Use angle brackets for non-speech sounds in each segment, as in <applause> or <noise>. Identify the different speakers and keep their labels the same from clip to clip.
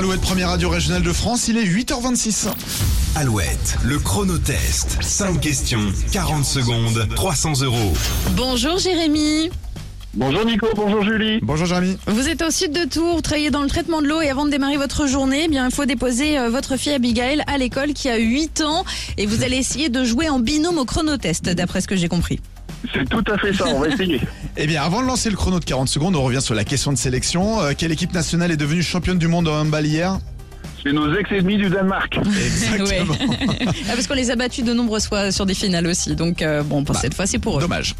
Speaker 1: Alouette, première radio régionale de France, il est 8h26.
Speaker 2: Alouette, le chronotest. 5 questions, 40 secondes, 300 euros.
Speaker 3: Bonjour Jérémy.
Speaker 4: Bonjour Nico, bonjour Julie.
Speaker 1: Bonjour Jérémy.
Speaker 3: Vous êtes au sud de Tours, vous travaillez dans le traitement de l'eau et avant de démarrer votre journée, eh bien il faut déposer euh, votre fille Abigail à l'école qui a 8 ans et vous allez essayer de jouer en binôme au chronotest d'après ce que j'ai compris.
Speaker 4: C'est tout à fait ça, <laughs> on va essayer.
Speaker 1: Eh bien, avant de lancer le chrono de 40 secondes, on revient sur la question de sélection. Euh, quelle équipe nationale est devenue championne du monde en handball hier
Speaker 4: C'est nos ex-ennemis du Danemark.
Speaker 1: <laughs> Exactement.
Speaker 3: Ah, parce qu'on les a battus de nombreuses fois sur des finales aussi, donc euh, bon, pour cette fois c'est pour eux.
Speaker 1: Dommage.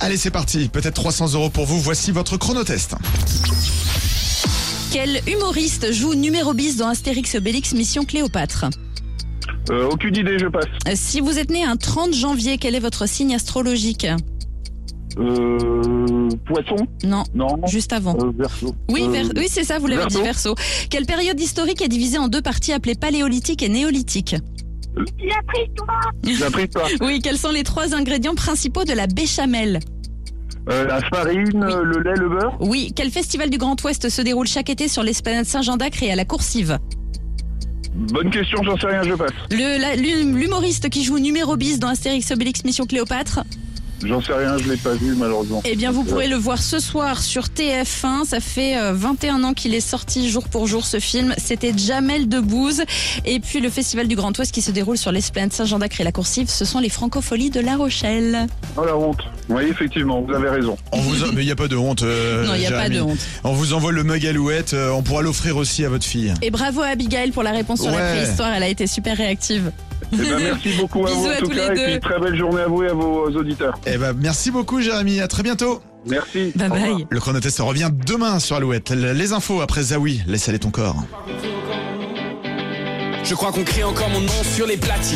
Speaker 1: Allez, c'est parti. Peut-être 300 euros pour vous. Voici votre chronotest.
Speaker 3: Quel humoriste joue numéro bis dans Astérix Obélix Mission Cléopâtre
Speaker 4: Euh, aucune idée, je passe.
Speaker 3: Euh, Si vous êtes né un 30 janvier, quel est votre signe astrologique
Speaker 4: Euh, poisson
Speaker 3: Non,
Speaker 4: Non.
Speaker 3: juste avant.
Speaker 4: Euh, verso.
Speaker 3: Oui,
Speaker 4: Euh,
Speaker 3: ver- oui c'est ça, vous l'avez dit, verso. Quelle période historique est divisée en deux parties appelées paléolithique et néolithique
Speaker 5: La préhistoire,
Speaker 4: La préhistoire.
Speaker 3: Oui, quels sont les trois ingrédients principaux de la béchamel
Speaker 4: Euh, la farine, euh, le lait, le beurre.
Speaker 3: Oui, quel festival du Grand Ouest se déroule chaque été sur l'esplanade Saint-Jean d'Acre et à la Coursive
Speaker 4: Bonne question, j'en sais rien, je passe.
Speaker 3: Le- la- l'hum- L'humoriste qui joue numéro bis dans Astérix Obélix Mission Cléopâtre
Speaker 4: J'en sais rien, je l'ai pas vu malheureusement.
Speaker 3: Eh bien, vous pourrez le voir ce soir sur TF1. Ça fait euh, 21 ans qu'il est sorti jour pour jour ce film. C'était Jamel Debbouze. Et puis le festival du Grand Ouest qui se déroule sur l'esplanade Saint-Jean d'Acre et la Coursive. Ce sont les francopholies de La Rochelle.
Speaker 4: Oh la honte. Oui, effectivement, vous avez raison.
Speaker 1: On vous
Speaker 3: <laughs>
Speaker 1: en- Mais il n'y a pas de honte. euh,
Speaker 3: non, il n'y a pas
Speaker 1: Jérémy.
Speaker 3: de honte.
Speaker 1: On vous envoie le mug Alouette. euh, on pourra l'offrir aussi à votre fille.
Speaker 3: Et bravo à Abigail pour la réponse sur la
Speaker 1: Ouais.
Speaker 3: préhistoire, elle a été super réactive.
Speaker 4: Eh
Speaker 3: <laughs>
Speaker 4: ben, merci beaucoup à vous
Speaker 3: Bisous
Speaker 4: en
Speaker 3: à
Speaker 4: tout
Speaker 3: tous les
Speaker 4: cas, et
Speaker 3: deux.
Speaker 4: puis très belle journée à vous et à vos euh, auditeurs.
Speaker 1: Eh ben, merci beaucoup, Jérémy. À très bientôt.
Speaker 4: Merci.
Speaker 3: Bye
Speaker 4: Au revoir.
Speaker 3: bye.
Speaker 1: Le chronotest revient demain sur Alouette. Les infos après Zawi. Laisse aller ton corps.
Speaker 6: Je crois qu'on crie encore mon nom sur les platines.